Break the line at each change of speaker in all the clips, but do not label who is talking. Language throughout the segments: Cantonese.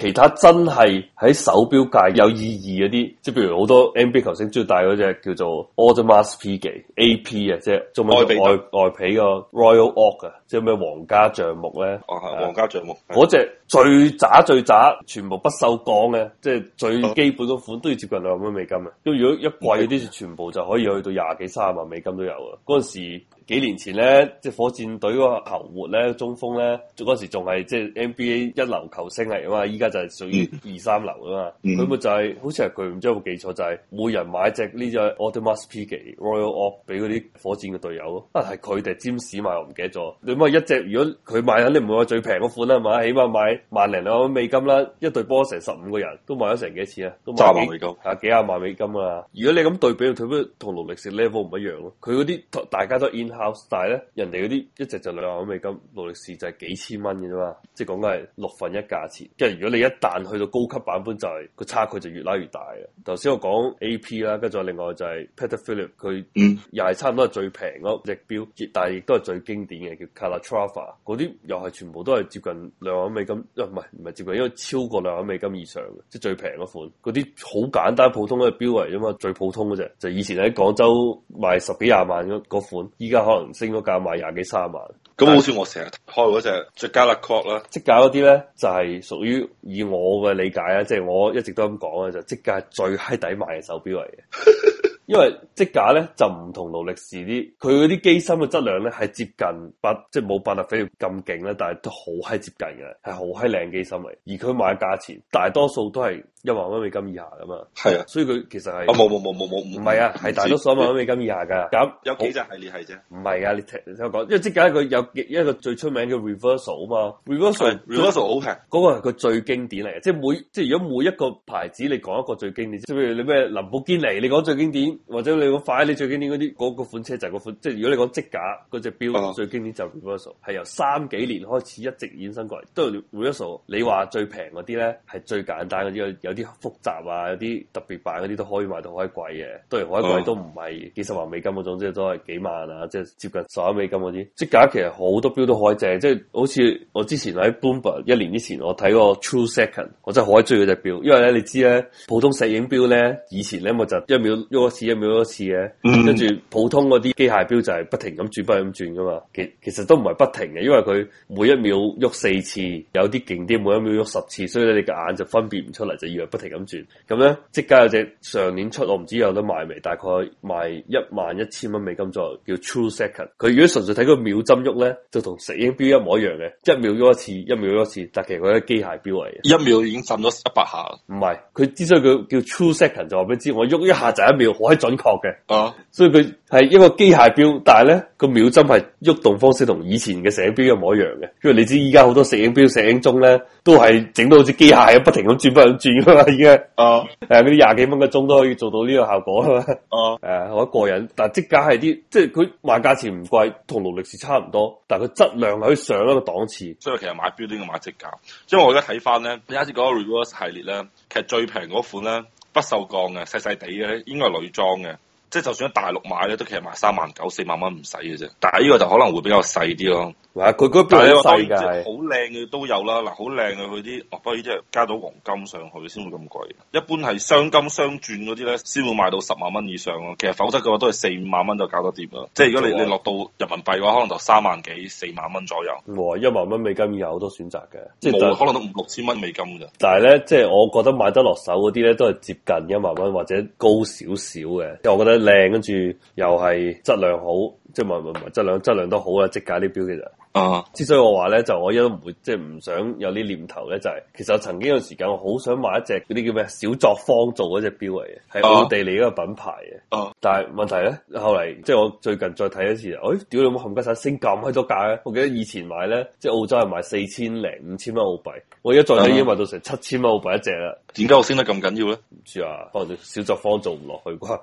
其他真係喺手錶界有意義嗰啲，即係譬如好多 NBA 球星中意戴嗰隻叫做 Audemars Piguet AP 啊，即係中文
愛彼
叫
得
外外皮個 Royal Oak 啊，即係咩皇家橡木咧。
哦，係皇家橡木，
嗰只最渣最渣，全部不鏽鋼嘅，即係最基本嗰款都要接近兩萬蚊美金嘅。因為如果一貴嗰啲，全部就可以去到廿幾三十萬美金都有啊。嗰陣時幾年前咧，即係火箭隊嗰個侯活咧，中鋒咧，嗰陣時仲係即係 NBA 一流球星嚟啊嘛，依家就係屬於二三流啊嘛。
嗯
佢咪、就係、好似係佢唔知有冇記錯，就係、每人買只呢只 Audemars Piguet Royal Oak 俾嗰啲火箭嘅隊友咯。啊，係佢哋占士買，我唔記得咗。你咪一隻，如果佢買肯定唔會話最平嗰款啦，係嘛？起碼買萬零兩蚊美金啦，一隊波成十五個人都買咗成幾錢啊？都買
揸
幾
萬美金。
係啊幾廿萬美金啊！如果你咁對比，佢都同勞力士 level 唔一樣咯。佢嗰啲大家都 in house，但係咧人哋嗰啲一隻就兩萬美金，勞力士就係幾千蚊嘅啫嘛，即係講緊係六分一價錢。跟住如果你一旦去到高級版本，就係、個差距就越拉越大嘅。頭先我講 AP 啦，跟住另外就係 Peter Philip 佢。
嗯，
又係差唔多係最平嗰隻錶，但係亦都係最經典嘅叫 Calatrava，嗰啲又係全部都係接近兩萬美金，啊唔係唔係接近，因為超過兩萬美金以上嘅，即係最平嗰款。嗰啲好簡單普通嘅錶嚟啫嘛，最普通嗰隻就以前喺廣州賣十幾廿萬嗰嗰款，依家可能升咗價賣廿幾三十萬。
咁好似我成日開嗰只即加勒確啦，
即價嗰啲咧就係屬於以我嘅理解啊，即係我一直都咁講啊，就即價係最閪抵買嘅手錶嚟嘅。 因為即價咧就唔同勞力士啲，佢嗰啲機芯嘅質量咧係接近八，即係冇百達翡麗咁勁啦，但係都好閪接近嘅，係好閪靚機芯嚟。而佢賣嘅價錢大多數都係一萬蚊美金以下噶嘛，
係啊，
所以佢其實係
啊冇冇冇冇冇，
唔係啊，係大多數一萬蚊美金以下㗎。咁
有幾隻系列係啫
唔係啊？你聽你聽我講，因為即價佢有一個最出名嘅 reversal 啊嘛，reversal
係，Reversal 好平，
嗰個係佢最經典嚟嘅，即係每即係如果每一個牌子你講一個最經典，即係譬如你咩林寶堅尼，你講最經典，或者你講快你最經典嗰啲嗰嗰款車就係嗰款，即係如果你講積架嗰只錶
啊
最經典就係 Reversal，係由三幾年開始一直衍生過嚟，都係 Reversal。你話最平嗰啲咧係最簡單嗰啲，有有啲複雜啊，有啲特別版嗰啲都可以賣到開貴嘅，當然開貴
啊
都唔係幾十萬美金嗰種，即係都係幾萬啊，即係接近十萬美金嗰啲。即假其實好多錶都可以正，即係好似我之前喺 Bloomberg 一年之前我睇過 True Second，我真係好閪中意嗰隻錶，因為咧你知咧普通石英錶咧以前咧咪就一秒喐一次，一秒喐一次嘅，
嗯
跟住普通嗰啲機械錶就係不停咁轉，不停咁轉噶嘛。其其實都唔係不停嘅，因為佢每一秒喐四次，有啲勁啲每一秒喐十次，所以你嘅眼就分辨唔出嚟，就以為不停咁轉。咁咧，即家有隻上年出，我唔知有得賣未，大概賣一萬一千蚊美金左右，叫 True Second。佢如果純粹睇佢秒針喐咧，就同石英錶一模一樣嘅，一秒喐一次，一秒喐一次，但其實佢係機械錶嚟嘅。
一秒已經浸咗一百下啦
唔係，佢之所以佢叫 True Second 就話俾你知，我喐一下就一秒，好閪準確嘅。
啊，
所以佢係一個機械錶，但係咧個秒針係喐動方式同以前嘅石英錶一模一樣嘅，因為你知依家好多石英錶、石英鐘咧都係整到好似機械咁，不停咁轉、不停咁轉噶嘛，已 經係
啊
誒嗰啲廿幾蚊嘅鐘都可以做到呢個效果啦嘛。
啊，
誒，好過癮，但係即價係啲，即係佢賣價錢唔貴，同勞力士差唔多，但係佢質量係可以上一個檔次。
所以其實買錶都應該買積架，因為我而家睇翻咧，你啱先講 Reverse 系列咧，其實最平嗰款咧不鏽鋼嘅細細地嘅咧，應該係女裝嘅。即係就算喺大陸買咧，都其實賣三萬九四萬蚊唔使嘅啫。但係呢個就可能會比較細啲咯。
哇！佢嗰個
但係
錶
咧，
好細
當然即係
㗎，
好靚嘅都有啦。嗱，好靚嘅佢啲，哦，不過呢啲係加咗黃金上去先會咁貴。一般係雙金雙鑽嗰啲咧，先會賣到十萬蚊以上咯。其實否則嘅話，都係四五萬蚊就搞得掂啦。即係如果你
冇錯啊
你落到人民幣嘅話，可能就三萬幾四萬蚊左右，
哇！一萬蚊美金以下好多選擇嘅，即係
冇
就
啊可能都五六千蚊美金㗎。
但係咧，即係我覺得買得落手嗰啲咧，都係接近一萬蚊或者高少少嘅。即係我覺得靚，跟住又係質量好，即係唔係唔係質量質量都好啊！即價啲表其實。
啊，
之所以我話咧，就我一都唔會即係唔想有啲念頭咧，就係、其實我曾經有時間我好想買一隻嗰啲叫咩小作坊做嗰隻表嚟嘅，係
啊
奧地利一個品牌嘅。
啊
但係問題咧，後嚟即係我最近再睇一次，誒、屌你冇冚家產升咁閪多價咧！我記得以前買咧，即係澳洲係賣四千零五千蚊澳幣，我而家再睇已經賣到成七千蚊澳幣一隻啦，
點解我升得咁緊要咧？
唔知啊，可能小作坊做唔落去啩。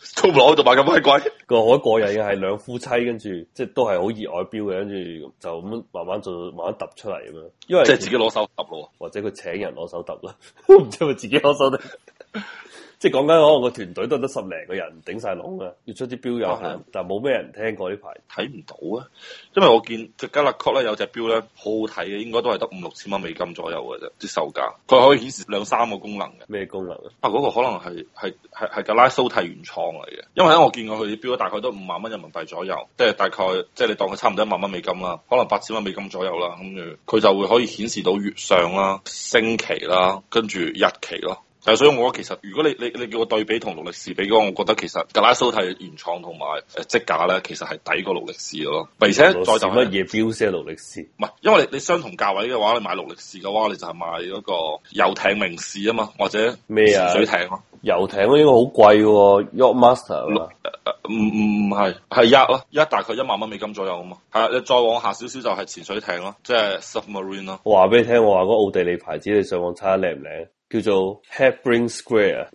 做唔落喺度買咁鬼貴，
個好過癮嘅係兩夫妻，跟住即係都係好熱愛表嘅，跟住就咁慢慢做，慢慢揼出嚟咁樣。因為
即係自己攞手揼咯。
或者佢請人攞手揼啦，唔知係咪自己攞手揼。 即係講緊可能個團隊都得十零個人頂晒籠啊，要出啲標
啊
友
係啊
限，但係冇咩人聽過呢排。
睇唔到啊，因為我見只加勒曲咧有隻錶咧好好睇嘅，應該都係得五六千蚊美金左右嘅啫，啲售價。佢可以顯示兩三個功能嘅，
咩功能啊？
啊嗰、個可能係係係係格拉蘇提原創嚟嘅，因為喺我見過佢啲錶大概都五萬蚊人民幣左右，即係大概即係你當佢差唔多一萬蚊美金啦，可能八千蚊美金左右啦，咁樣佢就會可以顯示到月相啦、星期啦，跟住日期咯。但係所以我覺得其實如果你你你叫我對比同勞力士比嘅話，我覺得其實格呃拉蘇提原創同埋誒積架咧，其實係抵過勞力士咯。而且再就
勞力士
係
乜嘢標先係勞力士？
唔係，因為你你相同價位嘅話，你買勞力士嘅話，你就係買嗰個遊艇名士啊嘛，或者
咩啊
潛水艇咯，
遊艇應該好貴喎，Yacht Master 啊嘛
誒唔唔唔係係一咯，一大概一萬蚊美金左右啊嘛，係啊，你再往下少少就係潛水艇咯，即係 submarine 咯，
我話俾你聽，我話嗰個奧地利牌子你上網查下靚唔靚？啊叫做 Hebring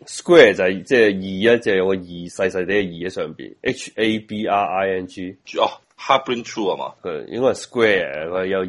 Square，Square 就係即係二一，就係有個二細細啲嘅二喺上邊，H A B R I N G，
哦 Harbin True 啊嘛，
佢應該係 Square，佢有二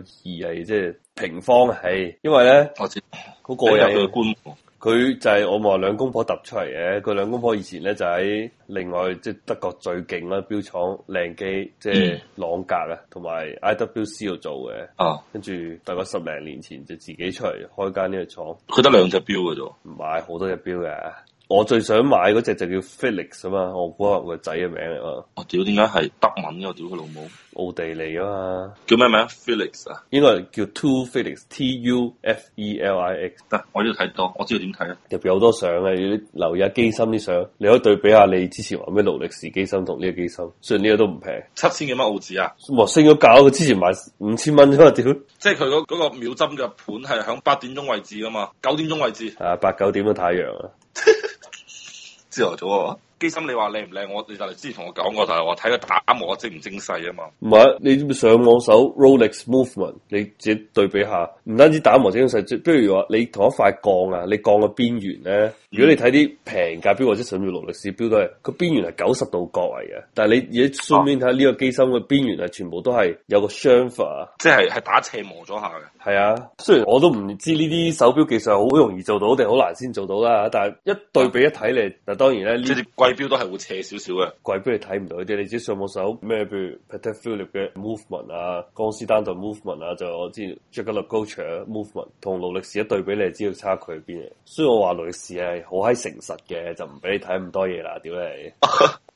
係即係平方係，因為咧
我知，
好過
我有佢
癮
嘅。官網，
佢就係、我咪話兩公婆揼出嚟嘅，佢兩公婆以前咧就喺另外即係德國最勁啦，錶廠靚機即係朗格啊，同埋 IWC 度做嘅，
啊，
跟住大概十零年前就自己出嚟開間呢個廠，
佢得兩隻錶嘅啫，
唔買好多隻錶嘅。我最想買嗰隻就叫 Felix 啊嘛，我估下個仔嘅名嚟啊，
我哦屌點解係德文嘅？我屌佢老母，
奧地利啊嘛，
叫咩名？Felix 啊，
應該係叫 Two Felix，T U F E L I X。
得我呢度睇到，我知道點睇啊，
入邊好多相嘅，你留意下機芯啲相，你可以對比下你之前話咩勞力士機芯同呢個機芯，雖然呢個都唔平，
七千幾蚊澳紙啊！
哇升咗價，佢之前買五千蚊啫嘛，屌
即係佢嗰嗰個秒針嘅盤係響八點鐘位置噶嘛，九點鐘位置
啊八九點嘅太陽啊，
朝頭早啊嘛。機心你話靚唔靚？我你就嚟之前同我講過，就係話睇佢打磨精唔精細啊嘛。
唔係你知唔知上網搜 Rolex Movement，你自己對比下，唔單止打磨精細，即譬如話你同一塊鋼啊，你鋼嘅邊緣咧，如果你睇啲平價錶或者甚至勞力士錶都係，個邊緣係九十度角嚟嘅，但係你而家順便睇呢個機芯嘅邊緣係全部都係有個 chamfer。啊
即係係打斜磨咗下嘅。
系啊，雖然我都唔知呢啲手錶技術好容易做到定好難先做到啦，但係一對比一睇你，嗱當然咧
即
呢
係啲貴標都係會斜少少嘅。
貴錶你睇唔到呢啲，你自己上網搜咩，譬如 Patek Philippe 嘅 Movement 啊，江詩丹頓 Movement 啊，就我之前 j a c q u e l g o c h e Movement 同勞力士一對比，你就知道差距喺邊嘅。雖然我話勞力士係好閪誠實嘅，就唔俾你睇咁多嘢啦，屌你！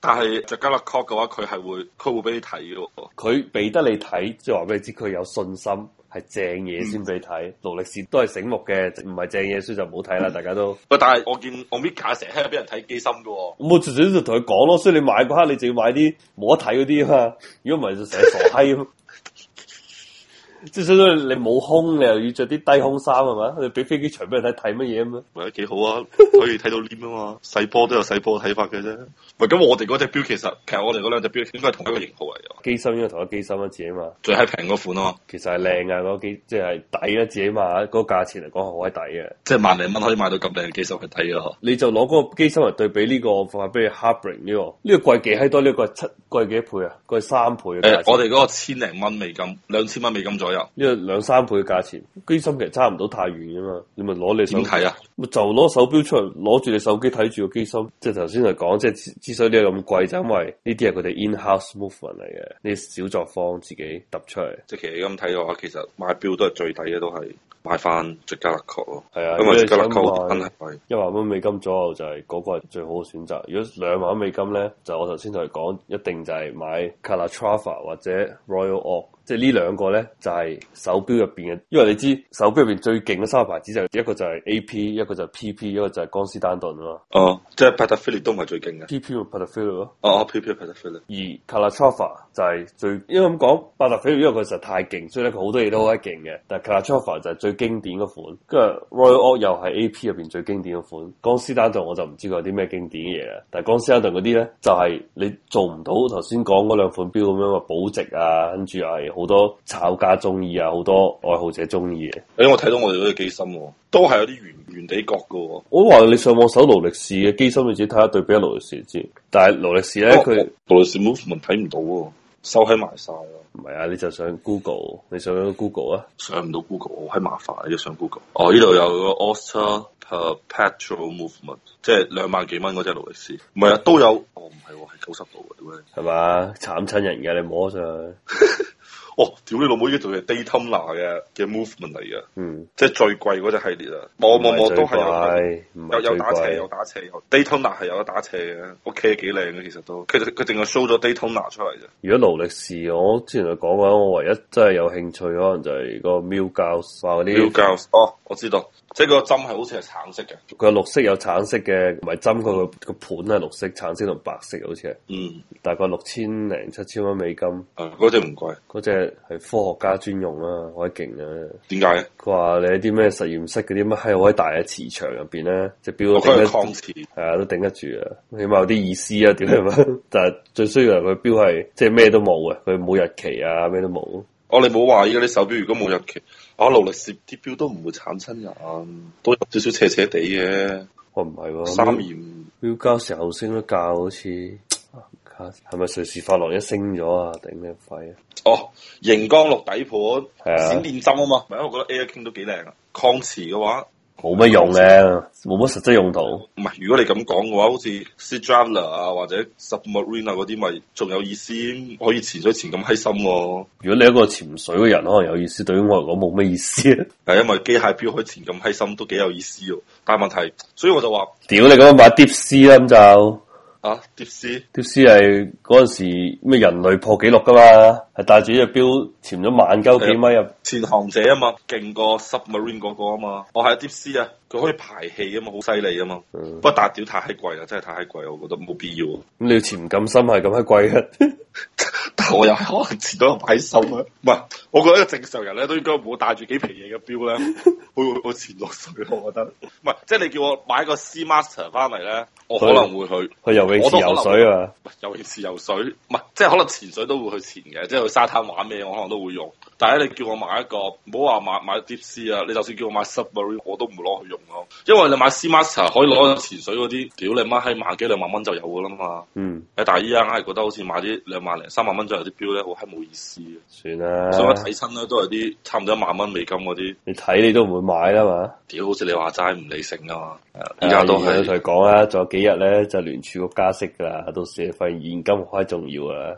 但係就加勒 c 嘅話，佢係會佢會俾你睇嘅喎。
佢俾得你睇，即係話俾你知佢有信心係正嘢先俾你睇。勞力士都係醒目嘅，唔係正嘢，所以就唔好睇啦，大家都。
喂，但係我見我 Mika 成日喺度俾人睇機心嘅喎。
我直接就同佢講咯，所以你買嗰刻你就要買啲冇得睇嗰啲啊嘛，如果唔係就成日傻閪咁。 即係相當於你冇胸，你又要着啲低胸衫係嘛？你俾飛機場俾人睇睇乜嘢咁啊？
喂，幾好啊，可以睇到 lim 啊嘛， 細波都有細波嘅睇法嘅啫。喂，咁我哋嗰隻錶其實其實我哋嗰兩隻錶應該係同一個型號嚟嘅，
機芯應該同一機芯一字啊嘛，
最閪平嗰款啊嘛，
其實係靚啊嗰個機，即係抵一字啊嘛，嗰、個價錢嚟講好鬼抵嘅。
即係萬零蚊可以買到咁靚嘅機心係抵嘅嗬。
你就攞嗰個機芯嚟對比呢、個，放比如 Harbring 呢、個，呢、個貴幾閪多？呢、個係七貴幾多倍啊？貴三倍嘅
誒、
價錢。
我哋嗰個千零蚊美金，兩千蚊美金左右，
呢個兩三倍嘅價錢，機芯其實差唔到太遠噶嘛，你咪攞你手
點睇啊？
咪就攞手錶出嚟，攞住你手機睇住個機芯，即係頭先嚟講，即係之之所以呢個咁貴，就因為呢啲係佢哋 in-house movement 嚟嘅，呢啲小作坊自己揼出嚟，
即係其實咁睇嘅話，其實買表都係最抵嘅，都係買翻隻加勒確咯。
係啊
因為隻加勒
如果
確
你
真
想買
係貴。
一萬蚊美金左右就係嗰個係最好嘅選擇。如果兩萬蚊美金咧，就我頭先同你講，一定就係買 Calatrava 或者 Royal Oak，即係呢兩個咧就係、手錶入邊嘅，因為你知手錶入邊最勁嘅三個牌子就係一個就係 AP，一個就係 PP，一個就係江詩丹頓啊嘛
哦，即係 Patek Philippe 都唔係最勁嘅。
，PP 咪 p a t a f i l 咯。
哦哦，PP Patek Philippe。
而 Calatrava 就係最，因為咁講，八達飛，因為佢實在太勁，所以咧佢好多嘢都好鬼勁嘅。但係 Calatrava 就係最經典嗰款，跟住 Royal Oak 又係 AP 入邊最經典嗰款。江詩丹頓我就唔知佢有啲咩經典嘅嘢啦，但係江詩丹頓嗰啲咧就係、你做唔到頭先講嗰兩款錶咁樣嘅保值啊，跟住係好多炒家中意啊，好多愛好者中意嘅。
誒，我睇到我哋嗰隻機芯喎，都係有啲圓圓地角嘅喎。
我話你上網搜勞力士嘅機芯，你自己睇下對比下勞力士知。但係勞力士咧佢。
布魯斯 movement 睇唔到喎，收喺埋晒咯。
唔係啊，你就上 Google，你上 Google 啊，
上唔到 Google，好閪麻煩啊！要上 Google。哦，呢度有個 Oyster p Perpetual Movement，即係兩萬幾蚊嗰只勞力士，唔係啊，都有，哦唔係喎，係九十度嘅屌
係
你，
嘛？慘親人嘅，你摸上去，
哦屌你老母，呢度係 Daytona 嘅嘅 movement 嚟嘅，
嗯，
即係最貴嗰只系列啊，冇冇冇，都係有。
係唔
有
係
有
最
打斜有
貴，
打斜有 Daytona 係有得打斜嘅，屋企幾靚嘅其實都，佢佢淨係 show 咗 Daytona 出嚟啫。
如果勞力士，我之前就講過，我唯一真係有興趣，可能就係個 Milgauss 話嗰
Bill
啲，
Gates，哦，我知道，即係個針係好似係橙色嘅。
佢有綠色有橙色嘅，唔係針佢個個盤係綠色、橙色同白色，好似係
嗯，
大概六千零七千蚊美金，
誒嗰只唔貴，
嗰只係科學家專用啦，好鬼勁啊！
點解？
佢話你喺啲咩實驗室嗰啲乜閪好閪大嘅磁場入邊咧，隻表都
我
頂
佢
得
係抗磁，
係啊，都頂得住啊，起碼有啲意思啊，點係嘛？但係最需要係佢表係即係咩都冇嘅，佢冇日期啊，咩都冇。
我哋哦冇話依家啲手錶如果冇日期，啊勞力士啲錶都唔會慘親人，都有少少斜斜地嘅，
我唔係喎，
三二
表
五。
表交時候升咗價，好似啊唔卡係咪瑞士法郎一升咗啊？頂你肺啊！
哦，熒光綠底盤，
係啊
閃電針啊嘛，唔係我覺得 Air King 都幾靚啊。抗磁嘅話，
冇乜用嘅，冇乜實質用途。
唔係如果你咁講嘅話，好似 Sea Traveler 啊或者 Submarine 啊嗰啲，咪仲有意思，可以潛水潛咁閪深喎、
如果你一個潛水嘅人，可能有意思，對於我嚟講冇咩意思。啊
係因為機械錶可以潛咁閪深都幾有意思喎，但係問題，所以我就話
屌你咁樣買 Deep Sea 啦咁就。
啊，碟絲
Deep Sea 係嗰陣時咩人類破紀錄噶嘛，係帶住呢隻錶潛咗萬鳩幾米入。
前航者啊嘛，勁過 submarine 嗰個啊嘛，我係碟絲啊，佢可以排氣啊嘛，好犀利啊嘛，
嗯
不過達屌太閪貴啦，真係太閪貴，我覺得冇必要啊。
咁你要潛咁深係咁閪貴嘅，
但係我又係可能遲到買心啊，唔係，我覺得一個正常人咧都應該冇帶住幾皮嘢嘅錶咧，會會會潛落水咯，我覺得。唔係，即係你叫我買個 C Master 翻嚟咧，我可能會去。
去游泳池游水啊嘛，
唔係尤其是游水，唔係即係可能潛水都會去潛嘅，即係去沙灘玩咩，我可能都會用。但係你叫我買一個，唔好話買買 Deep Sea 啊，你就算叫我買 Submarine，我都唔會攞去用咯。因為你買 Sea Master 可以攞去潛水嗰啲，屌你媽閪萬幾兩萬蚊就有噶啦嘛。
嗯，
誒，但係依家硬係覺得好似買啲兩萬零三萬蚊左右啲錶咧，好閪冇意思嘅。
算啦，
所以我睇親咧都係啲差唔多一萬蚊美金嗰啲，
你睇你都唔會買啦嘛。
屌好似你話齋唔理性啊嘛。依家都
係
係
再講啦，仲有幾日咧就聯儲局加息噶啦，到時你發現現金好閪重要啊。